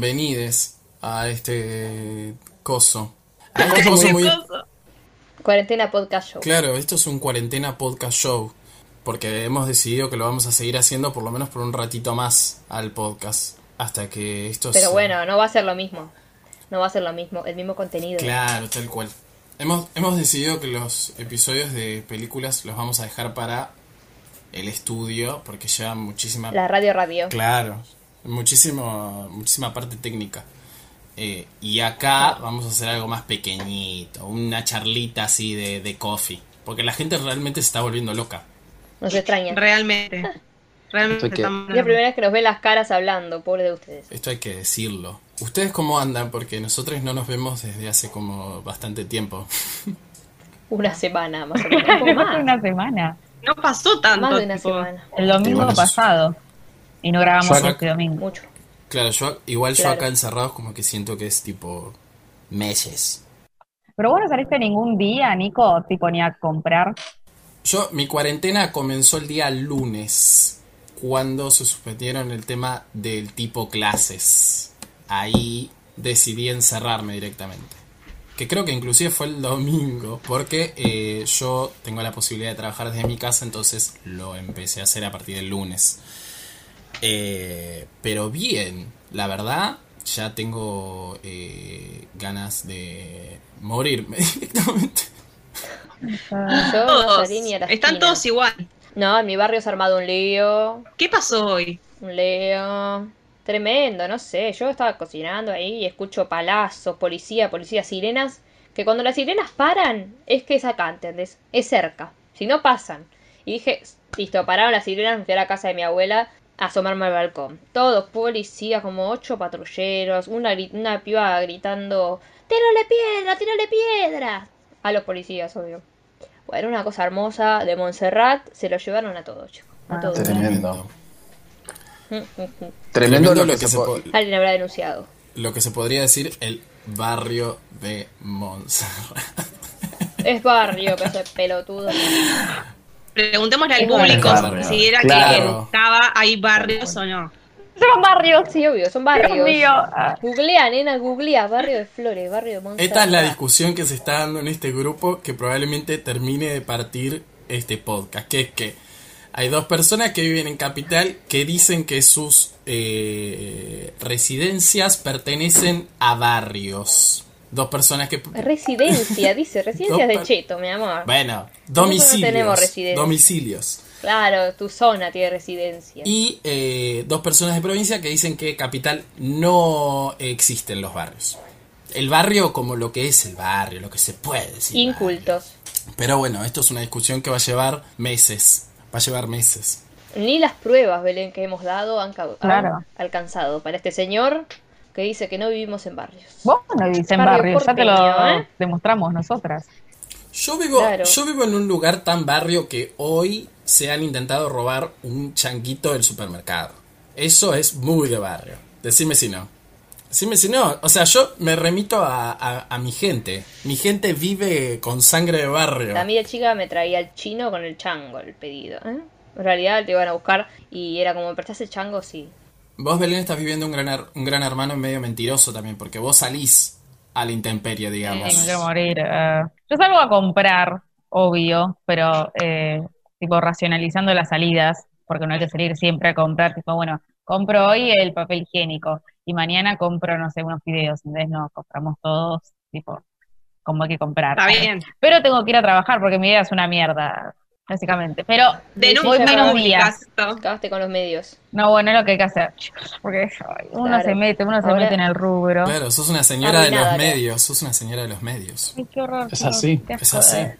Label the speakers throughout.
Speaker 1: bienvenides a este coso.
Speaker 2: A
Speaker 1: Este
Speaker 2: este
Speaker 1: coso
Speaker 2: coso.
Speaker 1: muy-
Speaker 3: Cuarentena Podcast Show.
Speaker 1: Claro, esto es un cuarentena podcast show, porque hemos decidido que lo vamos a seguir haciendo por lo menos por un ratito más al podcast, hasta que esto
Speaker 3: Pero
Speaker 1: se-
Speaker 3: bueno, no va a ser lo mismo. No va a ser lo mismo, el mismo contenido.
Speaker 1: Claro, tal cual. Hemos, hemos decidido que los episodios de películas los vamos a dejar para el estudio, porque llevan muchísima...
Speaker 3: La radio radio.
Speaker 1: Claro, muchísimo, muchísima parte técnica. Eh, y acá vamos a hacer algo más pequeñito, una charlita así de, de coffee, porque la gente realmente se está volviendo loca.
Speaker 3: Nos extraña.
Speaker 2: Realmente. Realmente
Speaker 4: Estoy que-
Speaker 2: estamos-
Speaker 3: Es la primera vez que nos ven las caras hablando, pobre de ustedes.
Speaker 1: Esto hay que decirlo. ¿Ustedes cómo andan? Porque nosotros no nos vemos desde hace como bastante tiempo.
Speaker 2: Ah.
Speaker 3: Una semana más o menos. Un poco
Speaker 5: Hace
Speaker 3: más.
Speaker 5: una semana,
Speaker 2: No pasó tanto.
Speaker 3: Más de una
Speaker 2: tipo,
Speaker 3: semana.
Speaker 5: el domingo
Speaker 4: Igual es-
Speaker 5: pasado. Y no grabamos
Speaker 1: Saca-
Speaker 5: este domingo.
Speaker 3: Mucho.
Speaker 1: Claro, yo igual yo
Speaker 3: Claro.
Speaker 1: acá encerrados como que siento que es tipo meses.
Speaker 5: Pero vos no saliste ningún día, Nico, tipo ni a comprar.
Speaker 1: Yo, mi cuarentena comenzó el día lunes, cuando se suspendieron el tema del tipo clases. Ahí decidí encerrarme directamente. Que creo que inclusive fue el domingo, porque eh, yo tengo la posibilidad de trabajar desde mi casa, entonces lo empecé a hacer a partir del lunes. Eh, pero bien, la verdad, ya tengo eh, ganas de morirme directamente.
Speaker 3: Yo no
Speaker 2: Todos.
Speaker 3: salí ni a la
Speaker 2: Están
Speaker 3: esquina.
Speaker 2: todos igual.
Speaker 3: No, en mi barrio se ha armado un lío.
Speaker 2: ¿Qué pasó hoy?
Speaker 3: Un lío. Tremendo, no sé. Yo estaba cocinando ahí y escucho palazos, policía, policía, sirenas. Que cuando las sirenas paran, es que es acá, ¿entendés? Es cerca. Si no pasan. Y dije, listo, pararon las sirenas, me fui a la casa de mi abuela a asomarme al balcón. Todos policías, como ocho patrulleros, una, gri- una piba gritando, ¡Tírale piedra, tírale piedra! A los policías, obvio. Bueno, una cosa hermosa de Montserrat, se lo llevaron a todos, chicos. A
Speaker 5: Ah,
Speaker 3: todos.
Speaker 4: Tremendo.
Speaker 3: Mm, mm, mm.
Speaker 4: Tremendo, lo que, se po-
Speaker 1: po-
Speaker 3: Alguien habrá denunciado.
Speaker 1: lo que se podría decir el barrio de Montserrat.
Speaker 3: Es barrio, que es pelotudo.
Speaker 2: Preguntémosle al
Speaker 3: Es
Speaker 2: público
Speaker 4: barrio.
Speaker 2: si era
Speaker 1: Claro.
Speaker 2: que estaba ahí barrios o no.
Speaker 5: Son barrios,
Speaker 3: Sí, obvio, son
Speaker 5: Dios
Speaker 3: barrios.
Speaker 5: mío. Ah,
Speaker 3: Googlea, nena, googlea. Barrio de Flores, barrio de Montserrat.
Speaker 1: Esta es la discusión que se está dando en este grupo que probablemente termine de partir este podcast, que es que hay dos personas que viven en Capital que dicen que sus eh, residencias pertenecen a barrios. Dos personas que...
Speaker 3: Residencia, dice. Residencia de
Speaker 1: Dos pa-
Speaker 3: cheto, mi amor.
Speaker 1: Bueno,
Speaker 3: Nosotros no tenemos
Speaker 1: domicilios.
Speaker 3: residencia.
Speaker 1: Domicilios.
Speaker 3: Claro, tu zona tiene residencia.
Speaker 1: Y eh, dos personas de provincia que dicen que capital no existen los barrios. El barrio como lo que es el barrio, lo que se puede decir.
Speaker 3: Incultos.
Speaker 1: barrio. Pero bueno, esto es una discusión que va a llevar meses. Va a llevar meses.
Speaker 3: Ni las pruebas, Belén, que hemos dado han, cau- han
Speaker 5: Claro.
Speaker 3: alcanzado para este señor que dice que no vivimos en barrios.
Speaker 5: Vos no vivís en
Speaker 3: Barrio
Speaker 5: barrios, ya te lo
Speaker 3: porteño, ¿eh?
Speaker 5: demostramos nosotras.
Speaker 1: Yo vivo,
Speaker 3: Claro.
Speaker 1: yo vivo en un lugar tan barrio que hoy se han intentado robar un changuito del supermercado. Eso es muy de barrio. Decime si no. Decime si no. O sea, yo me remito a, a- a mi gente. Mi gente vive con sangre de barrio.
Speaker 3: La mía chica me traía el chino con el chango, el pedido. ¿eh? En realidad te iban a buscar y era como, ¿me prestás el chango? Sí.
Speaker 1: Vos, Belén, estás viviendo un gran, her- un gran hermano medio mentiroso también, porque vos salís a la intemperie, digamos.
Speaker 5: Sí, me quiero morir. eh. Yo salgo a comprar, obvio, pero eh, tipo racionalizando las salidas, porque no hay que salir siempre a comprar, tipo, bueno, compro hoy el papel higiénico y mañana compro, no sé, unos fideos, entonces no, compramos todos, tipo, como hay que comprar.
Speaker 2: Está bien.
Speaker 5: Pero tengo que ir a trabajar porque mi vida es una mierda, básicamente. Pero voy
Speaker 2: Denuncia
Speaker 5: menos
Speaker 2: pública,
Speaker 5: días.
Speaker 2: esto.
Speaker 3: Acabaste con los medios.
Speaker 5: No, bueno, es lo que hay que hacer, chicos, porque ay, uno
Speaker 3: Claro.
Speaker 5: se mete, uno se
Speaker 3: Ahora-
Speaker 5: mete en el rubro.
Speaker 1: Claro, sos una señora de los
Speaker 3: Arruinada, ¿no?
Speaker 1: medios, sos una señora de los medios.
Speaker 5: Ay, qué horror,
Speaker 4: Es
Speaker 5: qué horror,
Speaker 4: así.
Speaker 5: qué
Speaker 1: Es
Speaker 5: asco,
Speaker 1: así.
Speaker 5: eh.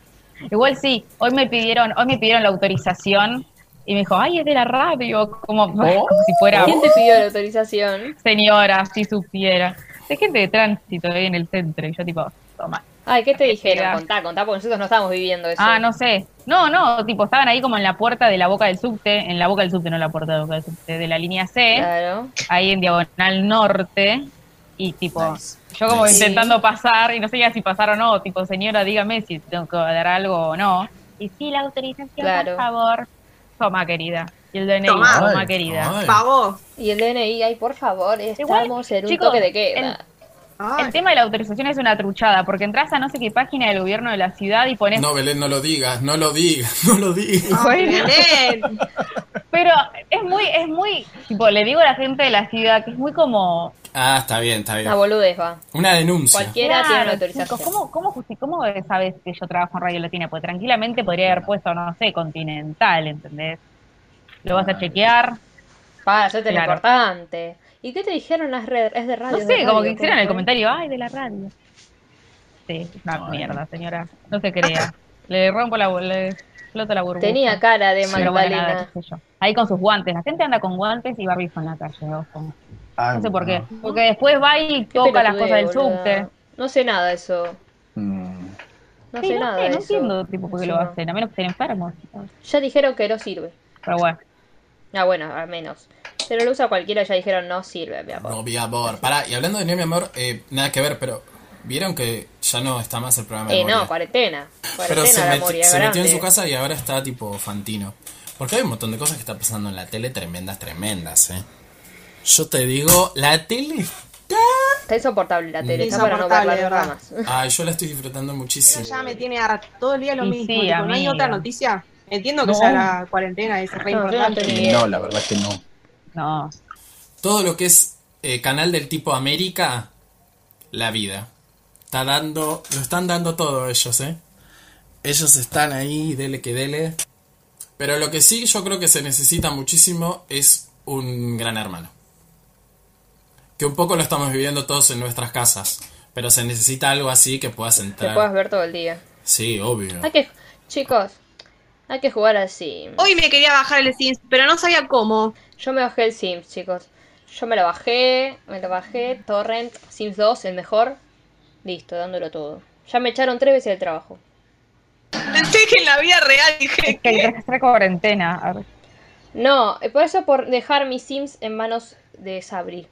Speaker 5: Igual sí, hoy me pidieron, hoy me pidieron la autorización y me dijo, ay, es de la radio, como, como si
Speaker 1: Ah,
Speaker 5: fuera
Speaker 3: ¿Quién te pidió la autorización?
Speaker 5: señora, si supiera. Hay gente de tránsito ahí en el centro y yo tipo, toma.
Speaker 3: Ay, ¿qué te dijeron?
Speaker 5: Mira.
Speaker 3: Contá, contá, porque nosotros no estamos viviendo eso.
Speaker 5: Ah, no sé. No, no, tipo, estaban ahí como en la puerta de la boca del subte, en la boca del subte, no en la puerta de la boca del subte, de la línea C,
Speaker 3: Claro.
Speaker 5: ahí en diagonal norte, y tipo, yo como
Speaker 1: Nice.
Speaker 5: intentando pasar, y no sabía si pasar o no, tipo, señora, dígame si tengo que dar algo o no. Y sí, la autorización,
Speaker 3: Claro.
Speaker 5: por favor. Toma, querida. Y el DNI,
Speaker 2: Tomá.
Speaker 5: mamá
Speaker 6: Ay,
Speaker 5: querida.
Speaker 6: ay.
Speaker 2: Pagó.
Speaker 3: Y el DNI, ay, por favor, estamos en un
Speaker 5: chicos,
Speaker 3: toque de queda.
Speaker 5: El tema de la autorización es una truchada, porque entras a no sé qué página del gobierno de la ciudad y pones.
Speaker 1: No, Belén, no lo digas, no lo digas, no lo digas.
Speaker 5: Bueno. Pero es muy, es muy. Tipo, le digo a la gente de la ciudad que es muy como.
Speaker 1: Ah, está bien, está bien.
Speaker 3: La boludez va.
Speaker 1: Una denuncia.
Speaker 3: Cualquier- Quiera, tiene una
Speaker 5: Claro, chicos,
Speaker 3: autorización.
Speaker 5: ¿Cómo, cómo, justi- cómo sabes que yo trabajo en Radio Latina? Pues tranquilamente podría haber puesto, no sé, Continental, ¿entendés? Lo vas a
Speaker 6: Ay.
Speaker 5: chequear.
Speaker 3: Para, eso es lo
Speaker 5: Claro.
Speaker 3: importante. ¿Y qué te dijeron las redes? Es de radio.
Speaker 5: No
Speaker 3: es
Speaker 5: sé,
Speaker 3: Ah, de
Speaker 5: como
Speaker 3: radio,
Speaker 5: que hicieron el
Speaker 3: fue?
Speaker 5: comentario, ay, de la radio. Sí, es una
Speaker 6: Ay.
Speaker 5: mierda, señora. No se crea. Le rompo la, bu- le exploto la burbuja.
Speaker 3: Tenía cara de
Speaker 6: Sí.
Speaker 5: Pero bueno, nada,
Speaker 3: Magdalena.
Speaker 5: qué sé yo. Ahí con sus guantes. La gente anda con guantes y barbijo en la calle, ojo. No sé por qué. Porque después va y
Speaker 3: Qué
Speaker 5: toca las
Speaker 3: pelotudez,
Speaker 5: cosas del
Speaker 3: boluda.
Speaker 5: subte.
Speaker 3: No sé nada de eso.
Speaker 4: mm,
Speaker 3: No
Speaker 5: Sí,
Speaker 3: sé
Speaker 5: no
Speaker 3: nada
Speaker 5: sé,
Speaker 3: de
Speaker 5: no
Speaker 3: eso.
Speaker 5: entiendo tipo por qué lo
Speaker 3: Sí, no.
Speaker 5: hacen, a menos que estén enfermos.
Speaker 3: Ya dijeron que no sirve.
Speaker 5: Pero bueno.
Speaker 3: Ah, bueno, al menos. Pero lo usa cualquiera, ya dijeron no sirve, mi amor.
Speaker 1: No, mi amor. Pará, y hablando de no, mi amor, eh, nada que ver, pero ¿vieron que ya no está más el programa de
Speaker 3: eh, no,
Speaker 1: Moria?
Speaker 3: cuarentena. Cuarentena,
Speaker 1: Pero se,
Speaker 3: la
Speaker 1: meti-
Speaker 3: Moria
Speaker 1: se metió en
Speaker 3: grande.
Speaker 1: su casa y ahora está tipo Fantino. Porque hay un montón de cosas que está pasando en la tele tremendas, tremendas, ¿eh? Yo te digo, la tele...
Speaker 3: Está insoportable la tele,
Speaker 1: Mm.
Speaker 3: está para no verla
Speaker 2: Insoportable,
Speaker 3: nunca
Speaker 2: de
Speaker 3: más.
Speaker 1: Ay, yo la estoy disfrutando muchísimo.
Speaker 2: ya me tiene harta. Todo el día lo
Speaker 5: Y
Speaker 2: mismo.
Speaker 5: sí,
Speaker 2: tipo, no hay
Speaker 5: amiga.
Speaker 2: otra noticia. Entiendo que
Speaker 5: No.
Speaker 2: sea la cuarentena, es re
Speaker 3: No, yo no
Speaker 2: importante.
Speaker 3: tenía-
Speaker 6: No, la verdad que no.
Speaker 5: No.
Speaker 1: Todo lo que es eh, canal del tipo América, la vida. Está dando, lo están dando todo ellos, ¿eh? Ellos están ahí, dele que dele. Pero lo que sí yo creo que se necesita muchísimo es un gran hermano. Que un poco lo estamos viviendo todos en nuestras casas. Pero se necesita algo así que puedas
Speaker 3: Te
Speaker 1: entrar.
Speaker 3: puedas ver todo el día.
Speaker 1: Sí, obvio.
Speaker 3: Hay que, chicos, hay que jugar al Sims.
Speaker 2: Hoy me quería bajar el Sims, pero no sabía cómo.
Speaker 3: Yo me bajé el Sims, chicos. Yo me lo bajé, me lo bajé, Torrent, Sims 2, el mejor. Listo, dándolo todo. Ya me echaron tres veces del trabajo.
Speaker 2: Pensé que en la vida real dije
Speaker 5: Es que hay que hacer cuarentena. A ver.
Speaker 3: No, eh, por eso por dejar mis Sims en manos de Sabri.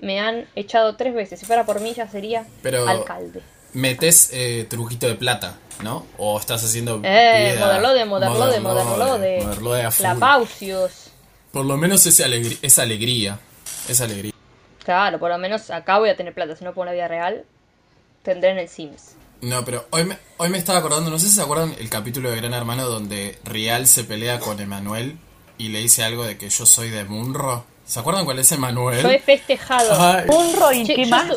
Speaker 3: Me han echado tres veces. Si fuera por mí ya sería
Speaker 1: Pero-
Speaker 3: alcalde.
Speaker 1: Metes eh, truquito de plata, ¿no? O estás haciendo...
Speaker 3: Eh,
Speaker 1: vida-
Speaker 3: Moderlode, Moderlode, Moderlode.
Speaker 1: Moderlode a
Speaker 3: La
Speaker 1: full.
Speaker 3: Pausios.
Speaker 1: Por lo menos es, alegr- es alegría. Es alegría.
Speaker 3: Claro, por lo menos acá voy a tener plata. Si no por la vida real, tendré en el Sims.
Speaker 1: No, pero hoy me, hoy me estaba acordando, no sé si se acuerdan el capítulo de Gran Hermano donde Rial se pelea con Emanuel y le dice algo de que yo soy de Munro. ¿Se acuerdan cuál es Emanuel?
Speaker 3: Yo he festejado.
Speaker 1: Ay,
Speaker 5: Un rollo,
Speaker 3: Che,
Speaker 5: ¿Eh? Ah, ¿qué
Speaker 3: yo
Speaker 5: más?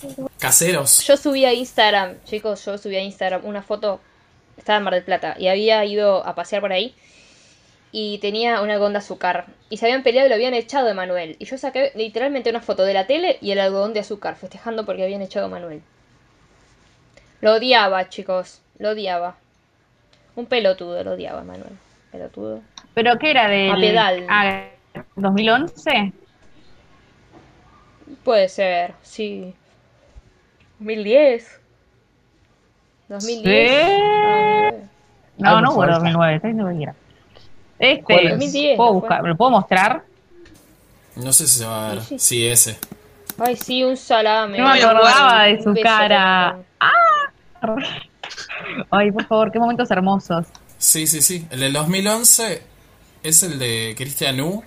Speaker 3: su-
Speaker 1: caseros.
Speaker 3: Yo subí a Instagram, chicos, yo subí a Instagram una foto, estaba en Mar del Plata, y había ido a pasear por ahí, y tenía una algodón de azúcar, y se habían peleado y lo habían echado de Manuel, y yo saqué literalmente una foto de la tele y el algodón de azúcar, festejando porque habían echado a Manuel. Lo odiaba, chicos, lo odiaba. Un pelotudo, lo odiaba Manuel, pelotudo.
Speaker 5: ¿Pero qué era del
Speaker 3: A pedal.
Speaker 5: ah, 2011?
Speaker 3: Puede ser, sí. 2010. 2010.
Speaker 5: Sí.
Speaker 3: Ah,
Speaker 5: No,
Speaker 6: Ay,
Speaker 5: no
Speaker 6: me
Speaker 5: fue
Speaker 6: falta.
Speaker 5: 2009, estoy diciendo cualquiera.
Speaker 6: ¿Cuál
Speaker 5: Este,
Speaker 6: es?
Speaker 3: 2010,
Speaker 5: ¿puedo
Speaker 3: ¿no fue?
Speaker 5: buscar? ¿Me ¿Lo puedo mostrar?
Speaker 1: No sé si se va a ver.
Speaker 3: Sí, sí.
Speaker 1: Sí, ese.
Speaker 3: Ay, sí, un salame.
Speaker 5: No me acordaba de su
Speaker 3: Un beso,
Speaker 5: cara.
Speaker 3: corazón.
Speaker 5: Ay, por favor, qué momentos hermosos.
Speaker 1: Sí, sí, sí. El del 2011 es el de Cristian U.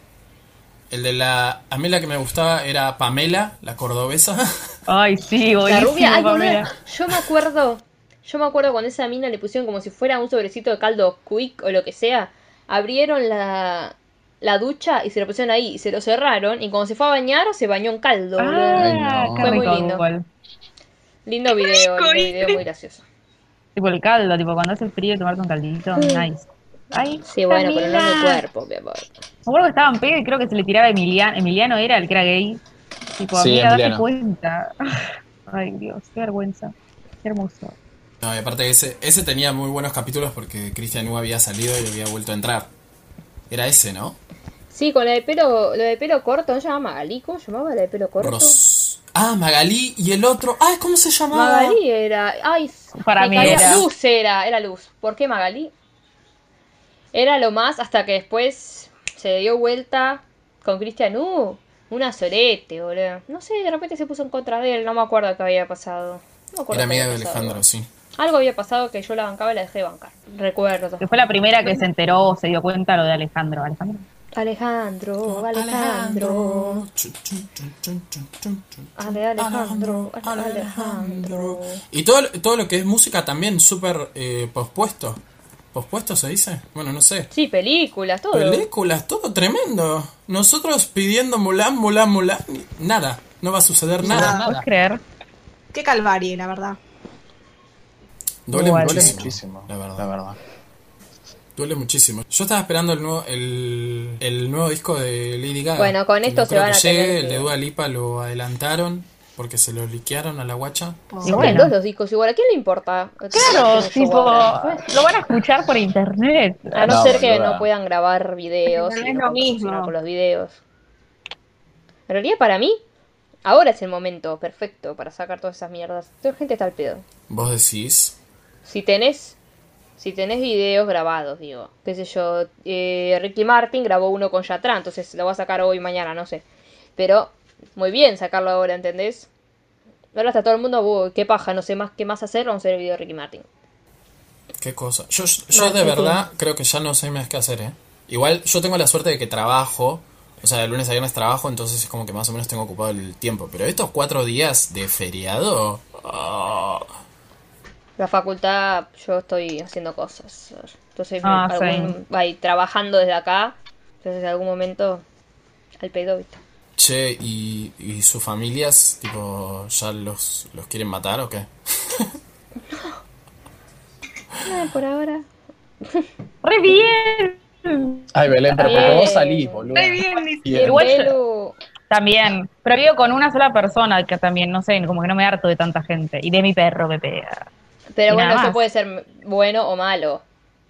Speaker 1: El de la... A mí la que me gustaba era Pamela, la cordobesa.
Speaker 5: Ay, sí,
Speaker 3: La
Speaker 5: buenísimo,
Speaker 3: rubia, ay,
Speaker 5: Pamela.
Speaker 3: boluda, yo me acuerdo, yo me acuerdo cuando esa mina le pusieron como si fuera un sobrecito de caldo quick o lo que sea, abrieron la, la ducha y se lo pusieron ahí, y se lo cerraron, y cuando se fue a bañar, se bañó en caldo, boluda.
Speaker 6: Ay,
Speaker 5: Ah,
Speaker 6: no.
Speaker 5: qué
Speaker 3: Fue muy
Speaker 5: rico,
Speaker 3: lindo.
Speaker 5: igual.
Speaker 3: Lindo video, lindo video, muy gracioso.
Speaker 5: Tipo el caldo, tipo cuando hace frío tomarte un caldito, nice. Ay,
Speaker 3: Sí, bueno, pero no en mi
Speaker 5: Camila.
Speaker 3: cuerpo, mi amor.
Speaker 5: Me acuerdo que estaba en pedo y creo que se le tiraba a Emiliano. Emiliano era el que era gay. Tipo,
Speaker 6: Sí,
Speaker 5: amiga, date
Speaker 6: Emiliano.
Speaker 5: cuenta. Ay, Dios, qué vergüenza. Qué hermoso.
Speaker 1: No, y aparte ese, ese tenía muy buenos capítulos porque Cristian U había salido y había vuelto a entrar. Era ese, ¿no?
Speaker 3: Sí, con la de pelo, lo de pelo corto, ¿no se llamaba Magalí? ¿Cómo se llamaba la de pelo corto?
Speaker 1: Ros- Ah, Magalí y el otro. Ah, ¿cómo se llamaba?
Speaker 3: Magalí era. Ay,
Speaker 5: Para
Speaker 3: me
Speaker 5: mí
Speaker 3: caía-
Speaker 5: era.
Speaker 3: Luz era, era luz. ¿Por qué Magalí? Era lo más hasta que después se dio vuelta con Cristian U. Una sorete, boludo. No sé, de repente se puso en contra de él, no me acuerdo qué había pasado. No me
Speaker 1: Era
Speaker 3: acuerdo qué
Speaker 1: amiga de
Speaker 3: había pasado.
Speaker 1: Alejandro, sí.
Speaker 3: Algo había pasado que yo la bancaba y la dejé bancar. Recuerdo.
Speaker 5: Que fue la primera que se enteró o se dio cuenta lo de Alejandro. Alejandro.
Speaker 3: Alejandro, Uh, Alejandro.
Speaker 1: Chu, chu, chu, chu, chu, chu, chu.
Speaker 3: Ale, Alejandro, Ale, Alejandro.
Speaker 1: Y todo, todo lo que es música también súper eh, pospuesto. ¿Pospuesto se dice? Bueno, no sé.
Speaker 3: Sí, películas, todo.
Speaker 1: Películas, todo tremendo. Nosotros pidiendo Mulan, Mulan, Mulan. Nada, no va a suceder Ah, nada.
Speaker 5: No puedes creer.
Speaker 2: Qué calvario, la verdad.
Speaker 1: Duele
Speaker 5: Igual.
Speaker 1: muchísimo,
Speaker 4: muchísimo,
Speaker 1: la verdad.
Speaker 4: La verdad.
Speaker 1: Duele muchísimo. Yo estaba esperando el nuevo, el, el nuevo disco de Lady Gaga.
Speaker 3: Bueno, con esto
Speaker 1: No
Speaker 3: se
Speaker 1: creo
Speaker 3: van
Speaker 1: que
Speaker 3: a tener
Speaker 1: llegue,
Speaker 3: que-
Speaker 1: El de Dua Lipa lo adelantaron porque se lo liquearon a la guacha.
Speaker 5: Y
Speaker 3: Son
Speaker 5: bueno.
Speaker 3: dos los discos igual, ¿a quién le importa?
Speaker 5: Claro,
Speaker 3: Eso,
Speaker 5: tipo,
Speaker 3: bueno.
Speaker 5: lo van a escuchar por internet.
Speaker 3: A no,
Speaker 4: No,
Speaker 3: ser que
Speaker 4: boluda.
Speaker 3: no puedan grabar videos.
Speaker 2: No
Speaker 3: y
Speaker 2: es
Speaker 3: no
Speaker 2: lo
Speaker 3: puedan
Speaker 2: mismo.
Speaker 3: continuar Con los videos. En realidad, para mí, ahora es el momento perfecto para sacar todas esas mierdas. Toda la gente está al pedo.
Speaker 1: Vos decís.
Speaker 3: Si tenés, si tenés videos grabados, digo, qué sé yo, eh, Ricky Martin grabó uno con Yatra, entonces lo va a sacar hoy, mañana, no sé. Pero muy bien sacarlo ahora, ¿entendés? Ahora está todo el mundo, "Buh, qué paja, no sé más qué más hacer, vamos a hacer el video de Ricky Martin.
Speaker 1: Qué cosa. Yo, yo de verdad creo que ya no sé más qué hacer, ¿eh? Igual yo tengo la suerte de que trabajo, o sea, de lunes a viernes trabajo, entonces es como que más o menos tengo ocupado el tiempo. Pero estos cuatro días de feriado... ah,
Speaker 3: La facultad, yo estoy haciendo cosas. Entonces,
Speaker 5: Ah,
Speaker 3: algún- ahí, trabajando desde acá. Entonces, en algún momento, al pedo, ¿viste?
Speaker 1: che, ¿y, y sus familias, tipo, ya los, los quieren matar o qué?
Speaker 3: Ah, por ahora.
Speaker 5: ¡Re bien!
Speaker 4: Ay, Belén, pero
Speaker 3: Bien.
Speaker 4: porque vos salís, boludo.
Speaker 2: Muy bien, dice.
Speaker 4: Bien.
Speaker 5: Igual yo-
Speaker 3: Belu,
Speaker 5: También. Pero vivo con una sola persona que también, no sé, como que no me harto de tanta gente. Y de mi perro me pega.
Speaker 3: Pero
Speaker 5: Y
Speaker 3: bueno,
Speaker 5: nada
Speaker 3: eso
Speaker 5: más.
Speaker 3: puede ser bueno o malo.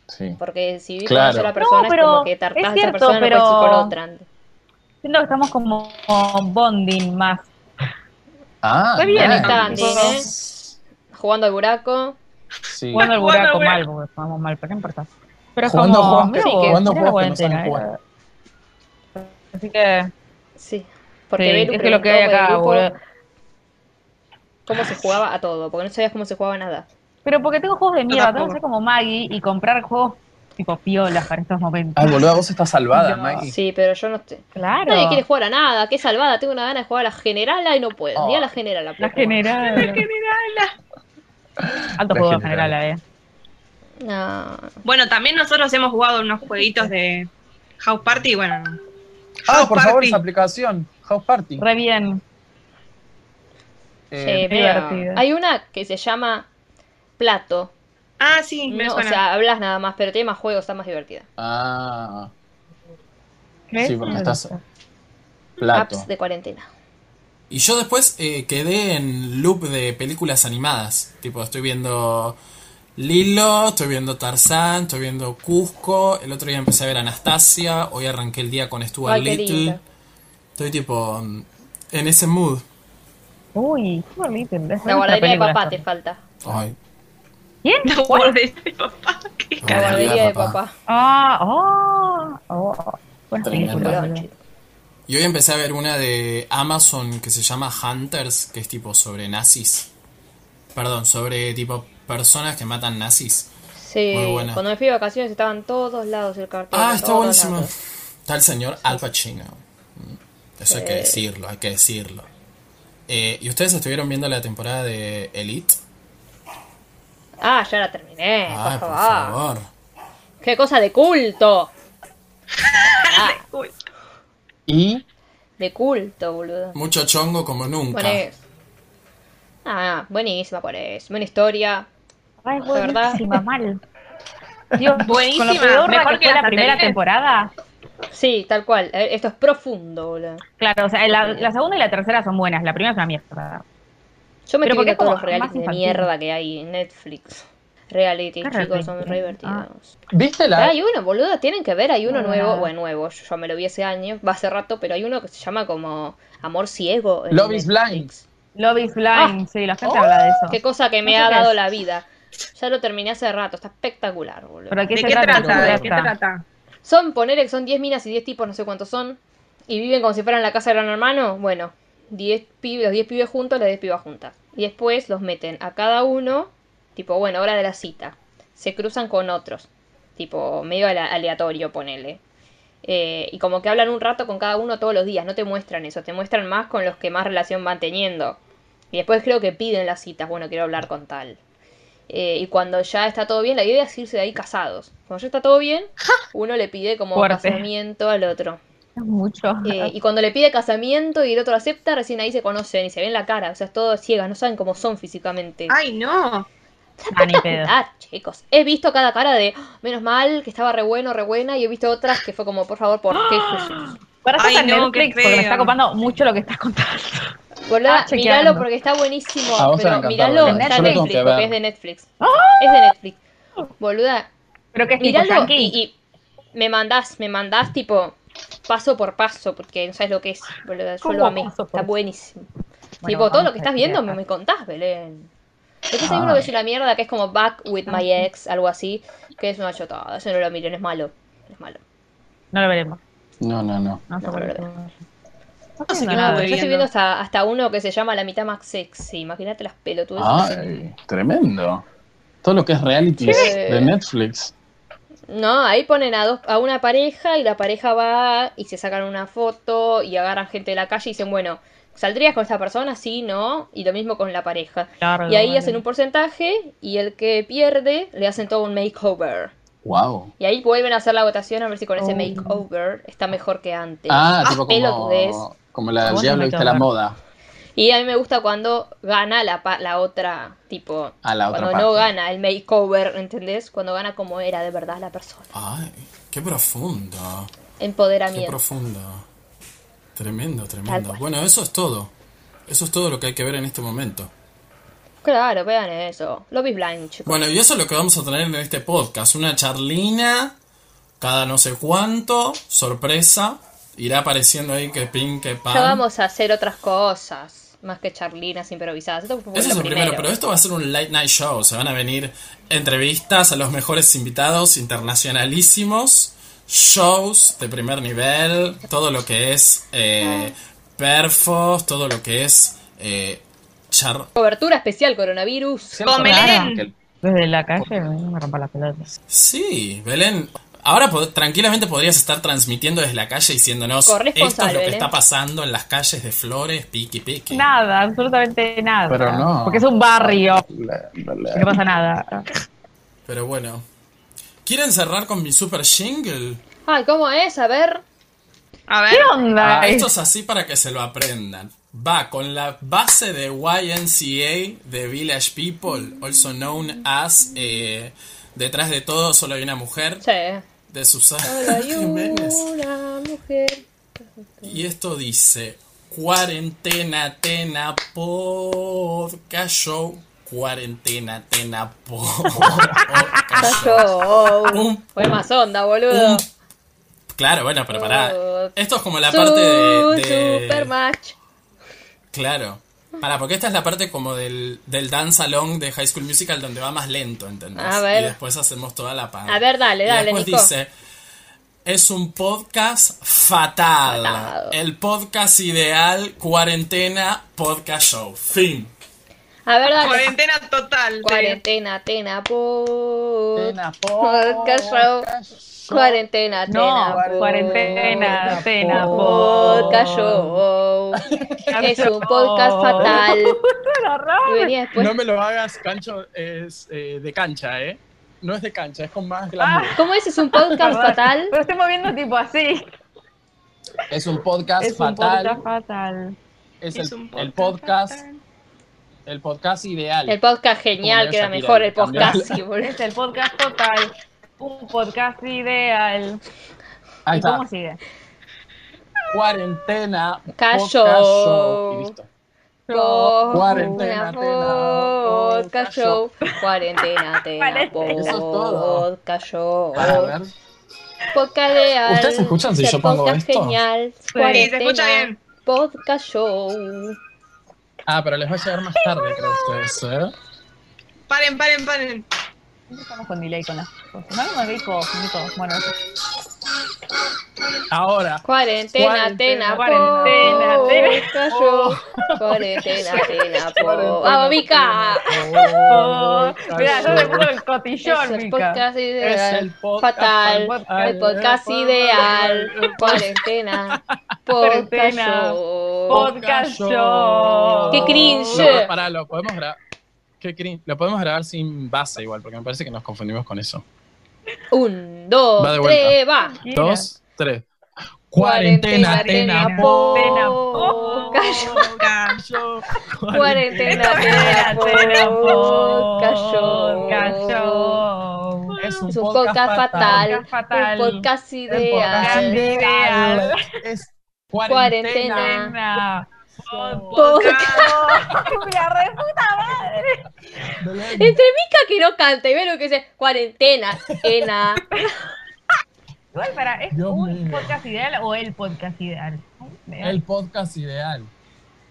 Speaker 4: Sí.
Speaker 3: Porque si vives
Speaker 4: Claro.
Speaker 3: con una sola persona,
Speaker 5: pero
Speaker 3: es como que
Speaker 5: es
Speaker 3: tartás de esa
Speaker 5: cierto,
Speaker 3: persona,
Speaker 5: pero-
Speaker 3: no puedes ir con otra.
Speaker 5: Siento que estamos como bonding más.
Speaker 4: Ah,
Speaker 5: Está bien,
Speaker 4: nice.
Speaker 3: está bien, ¿eh? Jugando al buraco.
Speaker 4: Sí.
Speaker 5: Jugando al
Speaker 2: Jugando al
Speaker 5: buraco mal,
Speaker 2: buraco.
Speaker 5: porque pues, jugamos mal, pero no importa. Pero es
Speaker 4: Jugando
Speaker 5: como,
Speaker 4: a juegos que-
Speaker 5: mirá vos,
Speaker 4: jugando a
Speaker 5: mirá la
Speaker 4: juegos que no
Speaker 5: cuarentena,
Speaker 4: saben
Speaker 5: eh. Así que,
Speaker 3: Sí.
Speaker 5: sí,
Speaker 3: Porque Belu
Speaker 5: es que lo que hay
Speaker 3: preguntó por el
Speaker 5: acá,
Speaker 3: grupo
Speaker 5: boludo.
Speaker 3: cómo se jugaba a todo. Porque no sabías cómo se jugaba a nada.
Speaker 5: Pero porque tengo juegos de mierda, tengo
Speaker 2: tampoco.
Speaker 5: que ser como Maggie y comprar juegos tipo piolas para estos momentos.
Speaker 4: Ay, boludo, vos estás salvada,
Speaker 5: No.
Speaker 4: Maggie.
Speaker 3: Sí, pero yo no estoy.
Speaker 5: Claro.
Speaker 3: Nadie quiere jugar a nada, qué salvada, tengo una gana de jugar a la generala y no puedo. Ni a la
Speaker 4: Ay,
Speaker 3: generala.
Speaker 5: Oh, La
Speaker 3: puedo jugar.
Speaker 5: general. Alto
Speaker 4: La
Speaker 5: juego de
Speaker 4: general.
Speaker 5: general, eh.
Speaker 3: No.
Speaker 2: Bueno, también nosotros hemos jugado unos jueguitos de House Party, bueno.
Speaker 4: Ah,
Speaker 2: House
Speaker 4: por favor,
Speaker 2: Party.
Speaker 4: esa aplicación. House Party.
Speaker 5: Re bien.
Speaker 4: Eh,
Speaker 3: Eh, pero
Speaker 5: divertido.
Speaker 3: hay una que se llama Plato.
Speaker 2: Ah, sí, me
Speaker 3: No, o
Speaker 2: suena.
Speaker 3: sea, hablas nada más, pero tiene más juegos, está más divertida.
Speaker 4: Ah,
Speaker 5: ¿Ves?
Speaker 4: sí, porque
Speaker 5: No
Speaker 4: estás.
Speaker 5: sé.
Speaker 4: Plato.
Speaker 3: Apps de cuarentena.
Speaker 1: Y yo después eh, quedé en loop de películas animadas. Tipo, estoy viendo Lilo, estoy viendo Tarzán, estoy viendo Cusco. El otro día empecé a ver Anastasia. Hoy arranqué el día con Stuart
Speaker 3: Ay, qué
Speaker 1: Little.
Speaker 3: lindo.
Speaker 1: Estoy tipo mm, en ese mood.
Speaker 5: Uy, qué bonito. Es
Speaker 3: La
Speaker 5: otra
Speaker 3: guardería de
Speaker 5: película
Speaker 3: papá
Speaker 5: esta.
Speaker 3: te falta.
Speaker 1: Ay,
Speaker 5: ¿Quién?
Speaker 2: La guardería de papá. Qué
Speaker 3: La
Speaker 1: Guardería de
Speaker 3: guardería de
Speaker 1: papá.
Speaker 3: papá.
Speaker 5: Ah, oh, oh. Buenas
Speaker 1: Tremendo.
Speaker 5: películas,
Speaker 3: Perdón,
Speaker 5: boludo.
Speaker 3: chico.
Speaker 1: Y hoy empecé a ver una de Amazon que se llama Hunters, que es tipo sobre nazis. Perdón, sobre tipo personas que matan nazis.
Speaker 3: Sí,
Speaker 1: Muy buena.
Speaker 3: cuando me fui de vacaciones estaban todos lados el cartón.
Speaker 1: Ah,
Speaker 3: en
Speaker 1: está
Speaker 3: todos
Speaker 1: buenísima.
Speaker 3: lados.
Speaker 1: Está el señor Al Pacino. Mm, Eso hay que
Speaker 3: Eh.
Speaker 1: decirlo, hay que decirlo. Eh, ¿Y ustedes estuvieron viendo la temporada de Elite?
Speaker 3: Ah, ya la terminé.
Speaker 1: Ay,
Speaker 3: por
Speaker 1: por
Speaker 3: favor.
Speaker 1: favor.
Speaker 3: Qué cosa de culto. Ah,
Speaker 2: Uy,
Speaker 4: Y
Speaker 3: de culto, boludo.
Speaker 1: Mucho chongo como nunca.
Speaker 3: Bueno, es- Ah, buenísima por eso. Buena historia.
Speaker 5: Ay,
Speaker 3: La verdad.
Speaker 5: buenísima, mal. Dios,
Speaker 2: Buenísima,
Speaker 5: con lo pedorra
Speaker 2: mejor
Speaker 5: que
Speaker 2: que
Speaker 5: fue
Speaker 2: las
Speaker 5: la primera
Speaker 2: anteriores.
Speaker 5: temporada.
Speaker 3: Sí, tal cual. Eh, Esto es profundo, boludo.
Speaker 5: Claro, o sea, la, la segunda y la tercera son buenas, la primera es una mierda.
Speaker 3: Yo me estoy
Speaker 5: Pero porque
Speaker 3: viendo todos
Speaker 5: es como
Speaker 3: los realities
Speaker 5: más
Speaker 3: de
Speaker 5: infantil.
Speaker 3: mierda que hay en Netflix. Reality,
Speaker 5: ¿Qué
Speaker 3: chicos, son re
Speaker 5: reality? Ah.
Speaker 3: divertidos.
Speaker 4: viste
Speaker 3: Ah,
Speaker 4: la.
Speaker 3: hay uno, boludo, tienen que ver, hay uno
Speaker 5: No,
Speaker 3: nuevo,
Speaker 5: nada.
Speaker 3: bueno, nuevo, yo, yo me lo vi hace años, va hace rato, pero hay uno que se llama como Amor Ciego. en
Speaker 4: Love is Blind.
Speaker 3: Netflix.
Speaker 5: Love is Blind, sí, la gente habla de
Speaker 3: Qué
Speaker 5: eso.
Speaker 3: cosa que me
Speaker 5: No sé
Speaker 3: ha
Speaker 5: qué
Speaker 3: dado
Speaker 5: es.
Speaker 3: la vida. Ya lo terminé hace rato, está espectacular, boludo.
Speaker 5: ¿Pero de qué
Speaker 2: ¿De
Speaker 5: se
Speaker 2: qué
Speaker 5: trata?
Speaker 2: trata? ¿De qué
Speaker 5: Esta.
Speaker 2: trata?
Speaker 3: Son, poner que son 10 minas y 10 tipos, no sé cuántos son, y viven como si fueran la casa de Gran Hermano. Bueno, 10 pibes, los 10 pibes juntos, las 10 pibas juntas. Y después los meten a cada uno, tipo, bueno, hora de la cita. Se cruzan con otros, tipo, medio ale- aleatorio, ponele. eh, y como que hablan un rato con cada uno todos los días, no te muestran eso, te muestran más con los que más relación van teniendo. Y después creo que piden las citas, bueno, quiero hablar con tal. Eh, y cuando ya está todo bien, la idea es irse de ahí casados. Cuando ya está todo bien, uno le pide como
Speaker 5: Fuerte.
Speaker 3: casamiento al otro.
Speaker 5: Es mucho.
Speaker 3: Eh, y cuando le pide casamiento y el otro acepta, recién ahí se conocen y se ven la cara. O sea, es todo ciegas, no saben cómo son físicamente.
Speaker 2: Ay, no.
Speaker 5: Ah, ni pedo.
Speaker 3: Ah, chicos, he visto cada cara de "Ah, menos mal que estaba re bueno, re buena, y he visto otras que fue como, por favor, ¿por qué?
Speaker 5: Para eso
Speaker 2: Ay,
Speaker 5: está en
Speaker 2: no, qué
Speaker 5: Netflix, porque me
Speaker 2: feo.
Speaker 5: está copando mucho lo que estás contando.
Speaker 3: Boluda,
Speaker 5: Ah, chequeando.
Speaker 3: míralo porque está buenísimo.
Speaker 4: Ah, vos te va a
Speaker 3: pero
Speaker 4: encantar,
Speaker 3: míralo,
Speaker 4: boluda.
Speaker 3: está
Speaker 5: Yo
Speaker 3: en
Speaker 5: lo
Speaker 4: tengo
Speaker 3: Netflix,
Speaker 4: que ver.
Speaker 3: porque es de Netflix. Es de Netflix. Boluda,
Speaker 5: Pero que Ah. es tipo
Speaker 3: míralo y,
Speaker 5: yankee.
Speaker 3: y me mandás, me mandás tipo paso por paso, porque no sabes lo que es, boluda. Yo
Speaker 5: ¿Cómo
Speaker 3: lo amé,
Speaker 5: paso por
Speaker 3: está
Speaker 5: paso?
Speaker 3: buenísimo.
Speaker 5: Bueno,
Speaker 3: tipo, todo
Speaker 5: vamos
Speaker 3: lo que
Speaker 5: a
Speaker 3: estás
Speaker 5: decir
Speaker 3: viendo
Speaker 5: acá.
Speaker 3: me, me contás, Belén. Después hay
Speaker 4: Ah.
Speaker 3: uno que es una mierda que es como Back with
Speaker 5: Ah.
Speaker 3: my ex, algo así, que es una chotada. Eso no lo miren, es malo. Es malo.
Speaker 5: No lo veremos.
Speaker 4: No, no, no.
Speaker 5: No,
Speaker 3: No,
Speaker 5: sé por
Speaker 3: no
Speaker 5: qué.
Speaker 3: lo
Speaker 5: No
Speaker 2: sé
Speaker 5: entiendo
Speaker 2: qué
Speaker 5: nada.
Speaker 2: me
Speaker 3: Yo
Speaker 2: voy
Speaker 3: estoy
Speaker 2: viendo.
Speaker 3: viendo hasta, hasta uno que se llama La mitad más sexy. Imagínate las pelotudas.
Speaker 4: Ay, tremendo. Todo lo que es reality de Netflix.
Speaker 3: No, ahí ponen a dos, a una pareja y la pareja va y se sacan una foto y agarran gente de la calle y dicen, bueno, ¿saldrías con esta persona? Sí, no. Y lo mismo con la pareja.
Speaker 5: Largo,
Speaker 3: Y ahí
Speaker 5: vale.
Speaker 3: hacen un porcentaje y el que pierde le hacen todo un makeover.
Speaker 4: Wow.
Speaker 3: Y ahí vuelven a hacer la votación a ver si con ese
Speaker 5: Oh.
Speaker 3: makeover está mejor que antes.
Speaker 4: Ah,
Speaker 3: Ah,
Speaker 4: tipo
Speaker 3: pelotudez.
Speaker 4: como, como la del
Speaker 5: Vos
Speaker 4: diablo,
Speaker 5: no
Speaker 4: viste la
Speaker 5: tomas.
Speaker 4: moda.
Speaker 3: Y a mí me gusta cuando gana la, pa- la otra, tipo,
Speaker 4: A la otra
Speaker 3: cuando
Speaker 4: parte.
Speaker 3: no gana el makeover, ¿entendés? Cuando gana como era de verdad la persona.
Speaker 1: Ay, qué profundo. Qué
Speaker 3: Empoderamiento.
Speaker 1: profundo. Tremendo,
Speaker 3: Tal
Speaker 1: tremendo.
Speaker 3: cual.
Speaker 1: Bueno, eso es todo. Eso es todo lo que hay que ver en este momento.
Speaker 3: Claro, vean eso. Lobby Blind, chicos.
Speaker 1: Bueno, y eso es lo que vamos a tener en este podcast. Una charlina, cada no sé cuánto, sorpresa. Irá apareciendo ahí que pin, que pan.
Speaker 3: Ya vamos a hacer otras cosas, más que charlinas improvisadas. Esto fue
Speaker 1: Eso
Speaker 3: lo
Speaker 1: es lo primero, pero esto va a ser un late night show. Se van a venir entrevistas a los mejores invitados internacionalísimos, shows de primer nivel, todo lo que es eh, perfos, todo lo que es eh, char-
Speaker 3: Cobertura especial coronavirus.
Speaker 2: Con
Speaker 5: Belén.
Speaker 4: Que-
Speaker 5: Desde la calle no me rompa las pelotas.
Speaker 1: Sí, Belén. Ahora pod- tranquilamente podrías estar transmitiendo desde la calle diciéndonos
Speaker 3: Corresponsal,
Speaker 1: esto es lo que
Speaker 3: Belén.
Speaker 1: está pasando en las calles de Flores, piqui piqui.
Speaker 5: Nada, absolutamente nada.
Speaker 4: Pero no.
Speaker 5: Porque es un barrio.
Speaker 4: la- la- la-
Speaker 5: No pasa nada.
Speaker 1: Pero bueno. ¿Quieren cerrar con mi super jingle?
Speaker 3: Ay, ¿cómo es? A ver.
Speaker 2: A ver.
Speaker 5: ¿Qué onda?
Speaker 1: Ah, esto es así para que se lo aprendan. Va con la base de YNCA de Village People, also known as eh, Detrás de todo solo hay una mujer
Speaker 3: Sí.
Speaker 1: de Susana
Speaker 3: Hola, y
Speaker 1: Jiménez.
Speaker 3: una mujer.
Speaker 1: Y esto dice Cuarentena Tena Podcast Show. Cuarentena Tena Podcast Show.
Speaker 3: Cayó.
Speaker 1: Un-
Speaker 3: oh, Fue más onda, boludo.
Speaker 1: un- Claro, bueno, pero pará. Esto es como la
Speaker 3: Su-
Speaker 1: parte de. de-
Speaker 3: Supermatch.
Speaker 1: Claro. Pará, porque esta es la parte como del, del dance along de High School Musical donde va más lento, ¿entendés?
Speaker 3: A ver.
Speaker 1: Y después hacemos toda la parte.
Speaker 3: A ver, dale,
Speaker 1: Y
Speaker 3: dale,
Speaker 1: después
Speaker 3: Nico.
Speaker 1: dice. Es un podcast fatal.
Speaker 3: Fatal.
Speaker 1: El podcast ideal, cuarentena, podcast show. Fin.
Speaker 3: A ver, dale.
Speaker 2: Cuarentena total.
Speaker 3: Cuarentena, tena, pod.
Speaker 4: Cuarentena,
Speaker 3: Podcast show. Cuarentena,
Speaker 5: No,
Speaker 3: tena, pod.
Speaker 5: cuarentena, tena,
Speaker 3: Podcast show. Es un podcast fatal. Y venía después.
Speaker 6: No me lo hagas cancho, es eh, de cancha, ¿eh? No es de cancha, es con más glamour.
Speaker 3: ¿Cómo es? ¿Es un podcast fatal?
Speaker 5: Pero estoy moviendo tipo así.
Speaker 4: Es un podcast
Speaker 5: Es un
Speaker 4: fatal.
Speaker 5: podcast fatal.
Speaker 4: es
Speaker 2: Es
Speaker 4: el,
Speaker 2: un
Speaker 4: el podcast,
Speaker 2: fatal.
Speaker 4: el podcast ideal.
Speaker 3: El podcast genial, que era mejor el podcast. sí, boludo.
Speaker 5: Es el podcast total. Un podcast ideal.
Speaker 4: Ahí
Speaker 5: ¿Y
Speaker 4: está.
Speaker 5: cómo sigue?
Speaker 4: Cuarentena.
Speaker 3: Cayo.
Speaker 4: podcast show. Y listo.
Speaker 3: Cuarentena,
Speaker 4: Cuarentena, tena,
Speaker 3: podcast
Speaker 4: podcast
Speaker 3: show. Cuarentena, tena,
Speaker 5: Parece.
Speaker 4: Eso es todo.
Speaker 3: podcast show.
Speaker 4: Para ver.
Speaker 3: Podcast real.
Speaker 4: ¿Ustedes escuchan si
Speaker 3: El
Speaker 4: yo pongo
Speaker 3: podcast
Speaker 4: esto?
Speaker 3: genial.
Speaker 2: Sí, se escucha
Speaker 3: Cuarentena,
Speaker 2: bien.
Speaker 3: Podcast show.
Speaker 4: Ah, pero les va a llegar más tarde, creo ustedes, ¿eh?
Speaker 2: Paren, paren, paren.
Speaker 5: Estamos con delay con las cosas. No hablamos de disco, Nico. Bueno, eso.
Speaker 6: Ahora.
Speaker 3: Cuarentena, tena,
Speaker 5: Cuarentena,
Speaker 3: po,
Speaker 5: tena.
Speaker 3: Cayó. Cuarentena, tena, po.
Speaker 6: Cuarentena,
Speaker 3: ¡Vamos, Mica!
Speaker 5: Oh, mirá, ya se
Speaker 6: cayó.
Speaker 5: puso el
Speaker 3: Es
Speaker 5: cotillón,
Speaker 3: el
Speaker 5: Mica.
Speaker 3: podcast
Speaker 6: Es
Speaker 3: ideal.
Speaker 6: el podcast
Speaker 3: Fatal.
Speaker 5: Podcast.
Speaker 3: El podcast ideal. Cuarentena. Podcast
Speaker 5: Cuarentena.
Speaker 3: show.
Speaker 5: Podcast show.
Speaker 3: Qué cringe.
Speaker 6: No, pará, lo podemos grabar. Qué cringe. Lo podemos grabar sin base igual, porque me parece que nos confundimos con eso.
Speaker 3: Un, dos,
Speaker 6: Va de vuelta.
Speaker 3: tres, va.
Speaker 6: Dos, tres. Cuarentena,
Speaker 3: tena,
Speaker 6: tena,
Speaker 3: po.
Speaker 5: Tena,
Speaker 6: po.
Speaker 5: po.
Speaker 3: Cayó.
Speaker 6: Cayó.
Speaker 3: Cuarentena,
Speaker 5: Tena, tena, po.
Speaker 3: cayó.
Speaker 5: Cayó.
Speaker 6: Es un,
Speaker 3: Es un podcast fatal.
Speaker 5: Podcast
Speaker 3: Un
Speaker 5: fatal.
Speaker 3: podcast
Speaker 5: podcast
Speaker 3: ideal.
Speaker 5: ideal.
Speaker 6: Es
Speaker 3: Cuarentena.
Speaker 6: cuarentena.
Speaker 5: Tena.
Speaker 3: Podcast.
Speaker 5: La re puta madre.
Speaker 3: Entre Mica que no canta y ve lo que dice cuarentena, ena.
Speaker 5: Igual para, ¿es
Speaker 6: Dios
Speaker 5: un
Speaker 6: mío.
Speaker 5: podcast ideal o el podcast ideal?
Speaker 6: El podcast ideal.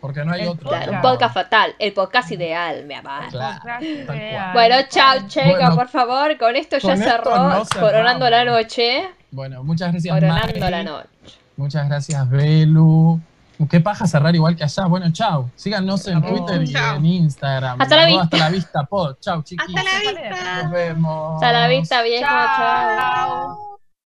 Speaker 6: Porque no hay
Speaker 5: El
Speaker 6: otro.
Speaker 3: Claro, un
Speaker 5: Claro.
Speaker 3: podcast fatal, el podcast ideal, me amar.
Speaker 6: Claro,
Speaker 5: Podcast
Speaker 6: tal
Speaker 5: ideal.
Speaker 3: Bueno, chao, chicos,
Speaker 6: Bueno.
Speaker 3: por favor. Con esto ya
Speaker 6: Con esto
Speaker 3: cerró
Speaker 6: no cerramos.
Speaker 3: Coronando la Noche.
Speaker 6: Bueno, muchas gracias.
Speaker 3: Coronando
Speaker 6: Mari.
Speaker 3: la Noche.
Speaker 6: Muchas gracias, Belu. Qué paja cerrar igual que allá. Bueno, chao. Síganos en
Speaker 5: Chao.
Speaker 6: Twitter y
Speaker 2: Chao.
Speaker 6: en Instagram.
Speaker 3: Hasta la
Speaker 6: Arroba
Speaker 3: vista.
Speaker 6: Hasta la vista, pod. Chao, chiquis.
Speaker 2: Hasta la vista.
Speaker 6: Nos vemos.
Speaker 3: Hasta la vista, viejo. chao.
Speaker 5: Chao.